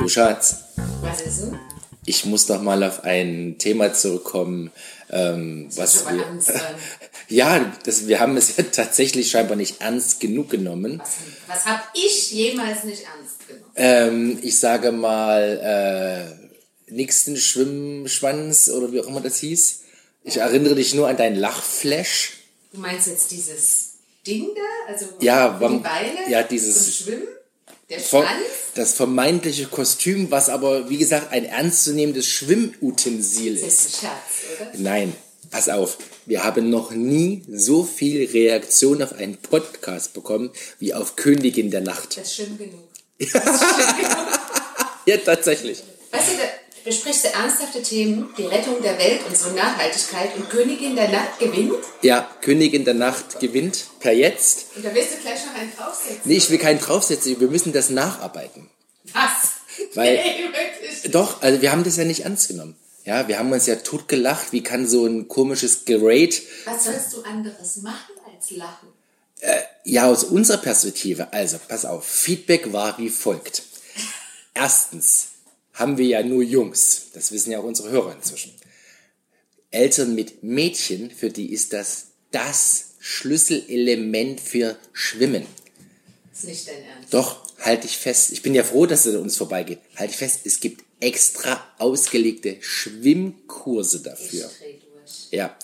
Du Schatz, Was ist denn? ich muss noch mal auf ein Thema zurückkommen, ähm, was aber äh, wir... ernst sein. Ja, das, wir haben es ja tatsächlich scheinbar nicht ernst genug genommen. Was hab ich jemals nicht ernst genommen? Ähm, ich sage mal, äh, nächsten Schwimmschwanz oder wie auch immer das hieß. Ich erinnere dich nur an deinen Lachflash. Du meinst jetzt dieses Ding da? Also Ja, die warum- Beine ja, dieses- zum Schwimmen? Der Ver- Schwanz? Das vermeintliche Kostüm, was aber, wie gesagt, ein ernstzunehmendes Schwimmutensil Das ist. ist ein Scherz, oder? Nein, pass auf. Wir haben noch nie so viel Reaktion auf einen Podcast bekommen wie auf Königin der Nacht. Das ist schlimm genug. Ja, tatsächlich. Weißt du, da besprichst du ernsthafte Themen, die Rettung der Welt, unsere Nachhaltigkeit und Königin der Nacht gewinnt? Ja, Königin der Nacht gewinnt per jetzt. Und da willst du gleich noch einen draufsetzen. Nee, ich will keinen draufsetzen, wir müssen das nacharbeiten. Was? Weil- nee, wirklich. Doch, also wir haben das ja nicht ernst genommen. Ja, wir haben uns ja totgelacht, wie kann so ein komisches Gerät, Was sollst du anderes machen als lachen? ja, aus unserer Perspektive, also pass auf, Feedback war wie folgt. Erstens haben wir ja nur Jungs, das wissen ja auch unsere Hörer inzwischen. Eltern mit Mädchen, für die ist das das Schlüsselelement für Schwimmen. Ist nicht dein Ernst. Doch, halte ich fest. Ich bin ja froh, dass es an uns vorbeigeht. Halte ich fest, es gibt extra ausgelegte Schwimmkurse Ich dafür. dreh durch. Ja.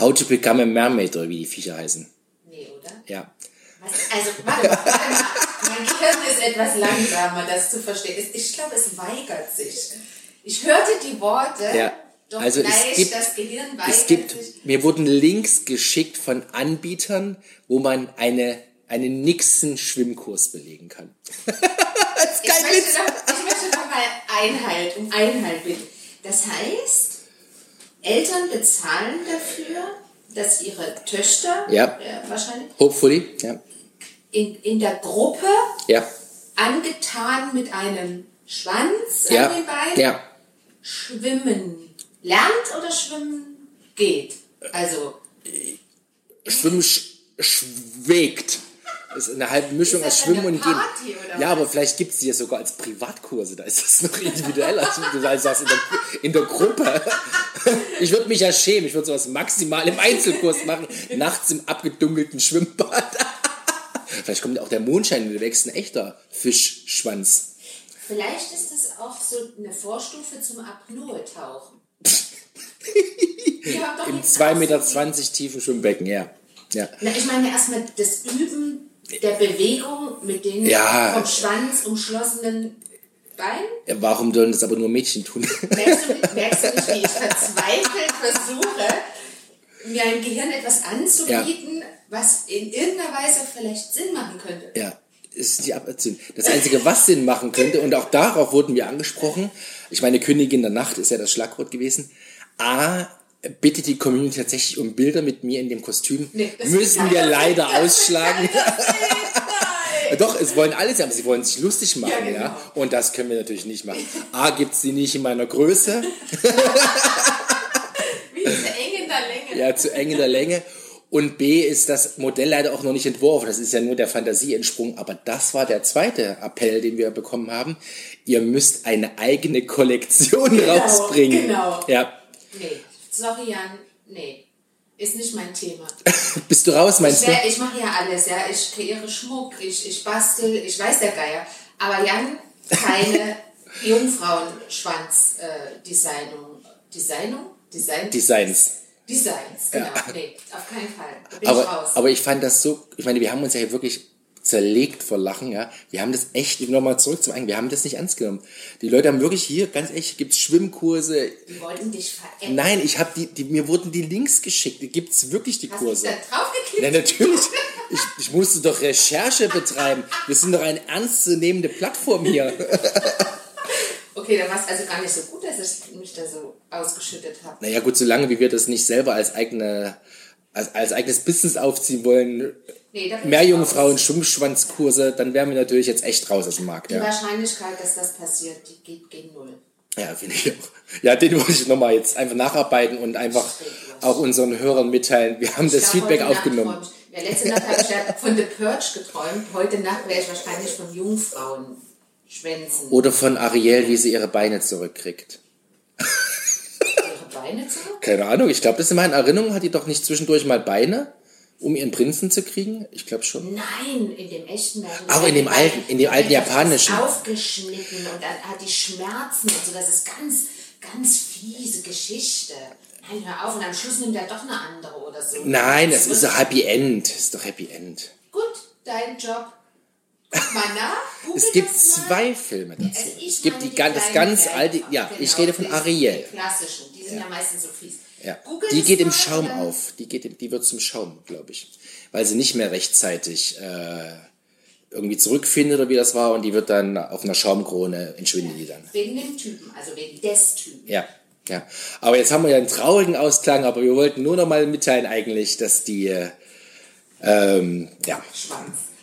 How to become a mermaid oder wie die Viecher heißen. Nee, oder? Ja. Was? Also, warte, mal, warte mal. Mein Gehirn ist etwas langsamer, das zu verstehen. Es- Ich glaube, es weigert sich. Ich hörte die Worte, Ja. doch Also es gleich gibt- das Gehirn weigert Es gibt, sich. mir wurden Links geschickt von Anbietern, wo man eine, einen Nixon-Schwimmkurs belegen kann. das ist Ich kein möchte, Witz. noch, ich möchte noch mal Einhalt, um Einhalt bitten. Das heißt, Eltern bezahlen dafür, dass ihre Töchter Ja. äh, wahrscheinlich Hopefully, ja. in, in der Gruppe Ja. angetan mit einem Schwanz an den Ja. Beinen Ja. schwimmen lernt oder schwimmen geht. Also Schwimmen sch schwägt. Das ist eine halbe Mischung Ist das aus Schwimmen eine und Gehen. Party oder ja, was? aber vielleicht gibt es die ja sogar als Privatkurse. Da ist das noch individueller. als du da sagst, in der, in der Gruppe. Ich würde mich ja schämen. Ich würde sowas maximal im Einzelkurs machen. Nachts im abgedunkelten Schwimmbad. Vielleicht kommt auch der Mondschein und du wächst ein echter Fischschwanz. vielleicht ist das auch so eine Vorstufe zum Apnoe-Tauchen. Die haben doch Im nichts 2,20 Meter auszubieten. tiefen Schwimmbecken, ja. ja. Na, ich meine erstmal das Üben der Bewegung mit den Ja. vom Schwanz umschlossenen Beinen. Warum sollen das aber nur Mädchen tun? Merkst du, nicht- merkst du nicht, wie ich verzweifelt versuche, meinem Gehirn etwas anzubieten, was in irgendeiner Weise vielleicht Sinn machen könnte? Ja, es ist die Abziehung. Das Einzige, was Sinn machen könnte, und auch darauf wurden wir angesprochen, ich meine, Königin der Nacht ist ja das Schlagwort gewesen, A, bittet die Community tatsächlich um Bilder mit mir in dem Kostüm, Nee, das müssen kann wir doch leider nicht, das ausschlagen. kann doch nicht sein. Doch, es wollen alle sein, aber sie wollen sich lustig machen, ja, Ja, genau. Und das können wir natürlich nicht machen. A, gibt's die nicht in meiner Größe, Wie diese eng in der Länge. ja, zu eng in der Länge. Und B, ist das Modell leider auch noch nicht entworfen. Das ist ja nur der Fantasie entsprungen. Aber das war der zweite Appell, den wir bekommen haben. Ihr müsst eine eigene Kollektion rausbringen. genau. Ja. Nee, sorry Jan, nee, ist nicht mein Thema. Bist du raus, meinst Ich, du? wär- ich mache ja alles, ja, ich kreiere Schmuck, ich, ich bastel, ich weiß der Geier. Aber Jan, keine Jungfrauenschwanz-Designung. Designung? Design? Designs. Designs, genau. Nee, auf keinen Fall. Da bin ich raus. Aber, aber ich fand das so, ich meine, wir haben uns ja hier wirklich zerlegt vor Lachen, ja. Wir haben das echt, um nochmal zurück zum Eigenen, wir haben das nicht ernst genommen. Die Leute haben wirklich hier, ganz ehrlich, gibt's Schwimmkurse. die wollten dich verändern. Nein, ich habe die, die, mir wurden die Links geschickt. Gibt's wirklich die Hast du Kurse? da draufgeklickt? Ja, natürlich. Ich, ich musste doch Recherche betreiben. Wir sind doch eine ernstzunehmende Plattform hier. Okay, dann war es also gar nicht so gut, dass ich mich da so ausgeschüttet habe. Naja, gut, solange wie wir das nicht selber als, eigene, als, als eigenes Business aufziehen wollen, Nee, da bin mehr ich junge raus. Frauen, Schwimmschwanzkurse, dann wären wir natürlich jetzt echt raus aus dem Markt. Die Ja, Wahrscheinlichkeit, dass das passiert, die geht gegen null. ja finde ich auch. Ja, den wollte ich nochmal jetzt einfach nacharbeiten und einfach auch unseren Hörern mitteilen. Wir haben das Ich glaub, Feedback heute Nacht aufgenommen. träum ich- Ja, letzte Nacht habe ich ja von The Purge geträumt. Heute Nacht wäre ich wahrscheinlich von Jungfrauen schwänzen. Oder von Ariel, wie sie ihre Beine zurückkriegt. Ihre Beine zurück? Keine Ahnung, ich glaube, das in meiner Erinnerung hat die doch nicht zwischendurch mal Beine, um ihren Prinzen zu kriegen? Ich glaube schon. Nein, in dem echten Naruto. Auch in dem alten- in dem alten Die hat das japanischen. Aufgeschnitten und dann hat die Schmerzen und so. Das ist ganz, ganz fiese Geschichte. Nein, hör auf. Und am Schluss nimmt er doch eine andere oder so. Nein, das ist doch Happy End. Das ist doch Happy End. Gut, dein Job. Guck mal nach. google Es gibt das mal. zwei Filme dazu. Also ich es gibt meine die, gan- das kleinen ganz Welt- alte, ja, genau, ich rede von die- Ariel. Die klassischen, die sind ja, meistens so fies. Ja. Google Die das geht im mal, Schaum dann- auf. Die, geht im, die wird zum Schaum, glaube ich. Weil sie nicht mehr rechtzeitig äh, irgendwie zurückfindet oder wie das war und die wird dann auf einer Schaumkrone entschwindet die dann. Wegen dem Typen, also wegen des Typen. Ja, ja. Aber jetzt haben wir ja einen traurigen Ausklang, aber wir wollten nur noch mal mitteilen eigentlich, dass die äh, ähm, ja, Schwanz.